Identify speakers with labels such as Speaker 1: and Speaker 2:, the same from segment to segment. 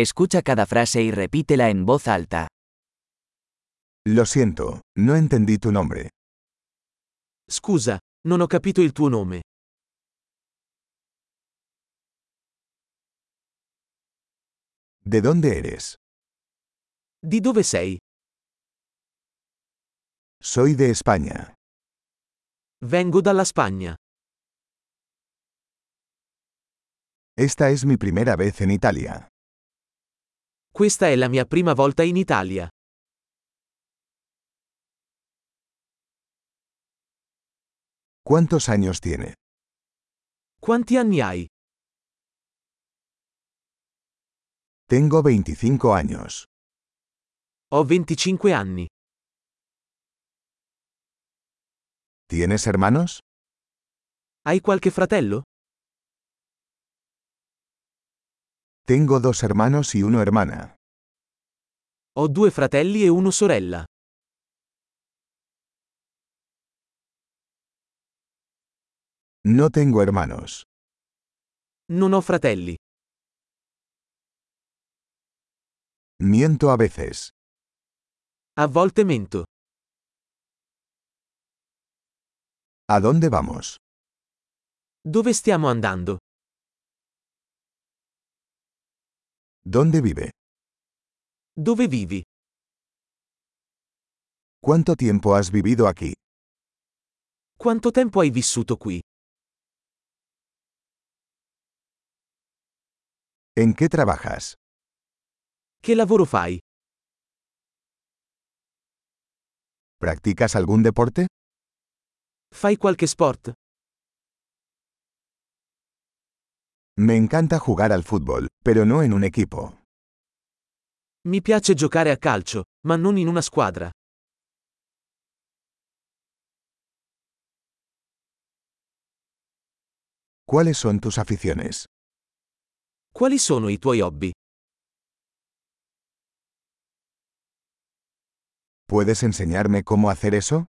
Speaker 1: Escucha cada frase y repítela en voz alta.
Speaker 2: Lo siento, no entendí tu nombre.
Speaker 3: Scusa, non ho capito il tuo nome.
Speaker 2: ¿De dónde eres?
Speaker 3: Di dove sei?
Speaker 2: Soy de España.
Speaker 3: Vengo dalla Spagna.
Speaker 2: Esta es mi primera vez en Italia.
Speaker 3: Questa è la mia prima volta in Italia.
Speaker 2: ¿Cuántos años tiene?
Speaker 3: Quanti anni hai?
Speaker 2: Tengo 25 años.
Speaker 3: Ho 25 anni.
Speaker 2: ¿Tienes hermanos?
Speaker 3: Hai qualche fratello?
Speaker 2: Tengo dos hermanos y una hermana.
Speaker 3: Ho due fratelli e una sorella.
Speaker 2: No tengo hermanos.
Speaker 3: Non ho fratelli.
Speaker 2: Miento a veces.
Speaker 3: A volte mento.
Speaker 2: ¿A dónde vamos?
Speaker 3: Dove stiamo andando?
Speaker 2: ¿Dónde vive?
Speaker 3: Dove vivi?
Speaker 2: ¿Cuánto tiempo has vivido aquí?
Speaker 3: Quanto tempo hai vissuto qui?
Speaker 2: ¿En qué trabajas?
Speaker 3: Che lavoro fai?
Speaker 2: ¿Practicas algún deporte?
Speaker 3: Fai qualche sport?
Speaker 2: Me encanta jugar al fútbol, pero no en un equipo.
Speaker 3: Mi piace giocare a calcio, ma non in una squadra.
Speaker 2: ¿Cuáles son tus aficiones?
Speaker 3: Quali sono i tuoi hobby?
Speaker 2: ¿Puedes enseñarme cómo hacer eso?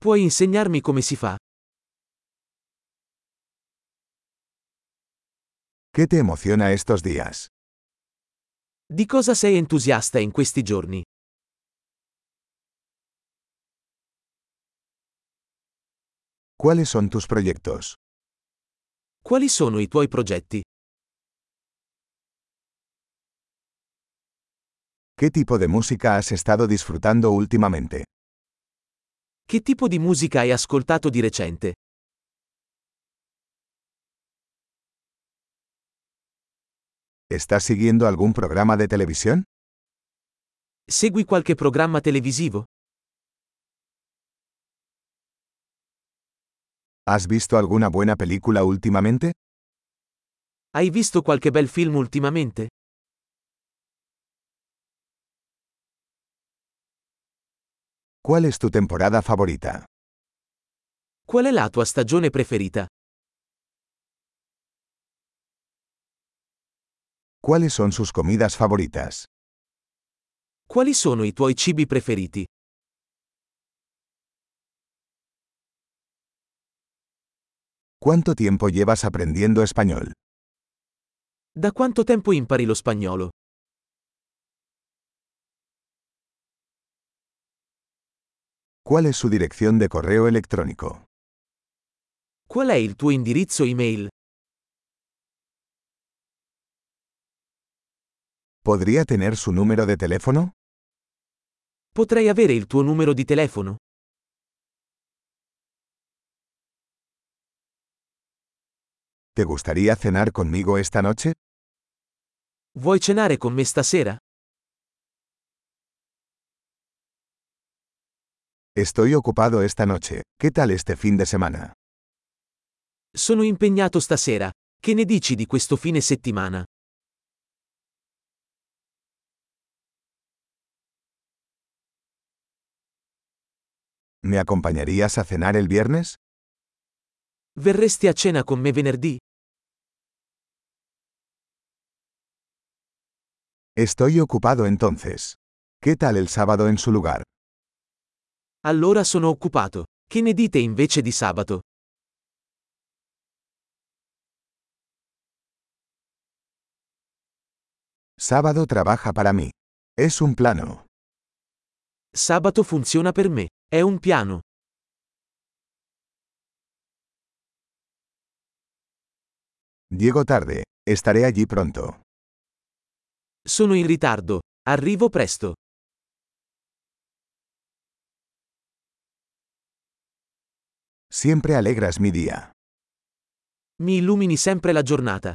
Speaker 3: Puoi insegnarmi come si fa?
Speaker 2: ¿Qué te emociona estos días?
Speaker 3: Di cosa sei entusiasta in questi giorni?
Speaker 2: ¿Cuáles son tus proyectos?
Speaker 3: Quali sono i tuoi progetti?
Speaker 2: ¿Qué tipo de música has estado disfrutando últimamente?
Speaker 3: Che tipo di musica hai ascoltato di recente?
Speaker 2: ¿Estás siguiendo algún programa de televisión?
Speaker 3: Segui qualche programma televisivo?
Speaker 2: ¿Has visto alguna buena película últimamente?
Speaker 3: Hai visto qualche bel film ultimamente?
Speaker 2: ¿Cuál es tu temporada favorita?
Speaker 3: Qual è la tua stagione preferita?
Speaker 2: ¿Cuáles son sus comidas favoritas?
Speaker 3: Quali sono i tuoi cibi preferiti?
Speaker 2: ¿Cuánto tiempo llevas aprendiendo español?
Speaker 3: Da quanto tempo impari lo spagnolo?
Speaker 2: ¿Cuál es su dirección de correo electrónico?
Speaker 3: Qual è il tuo indirizzo email?
Speaker 2: ¿Podría tener su número de teléfono?
Speaker 3: Potrei avere il tuo numero di telefono?
Speaker 2: ¿Te gustaría cenar conmigo esta noche?
Speaker 3: Vuoi cenare con me stasera?
Speaker 2: Estoy ocupado esta noche. ¿Qué tal este fin de semana?
Speaker 3: Sono impegnato stasera. Che ne dici di questo fine settimana?
Speaker 2: ¿Me acompañarías a cenar el viernes?
Speaker 3: Verresti a cena con me venerdì?
Speaker 2: Estoy ocupado entonces. ¿Qué tal el sábado en su lugar?
Speaker 3: Allora sono occupato. Che ne dite invece di sabato?
Speaker 2: Sábado trabaja para mí. Es un plano.
Speaker 3: Sabato funziona per me. È un piano.
Speaker 2: Llego tarde. Estaré allí pronto.
Speaker 3: Sono in ritardo. Arrivo presto.
Speaker 2: Siempre alegras mi día.
Speaker 3: Mi illumini sempre la giornata.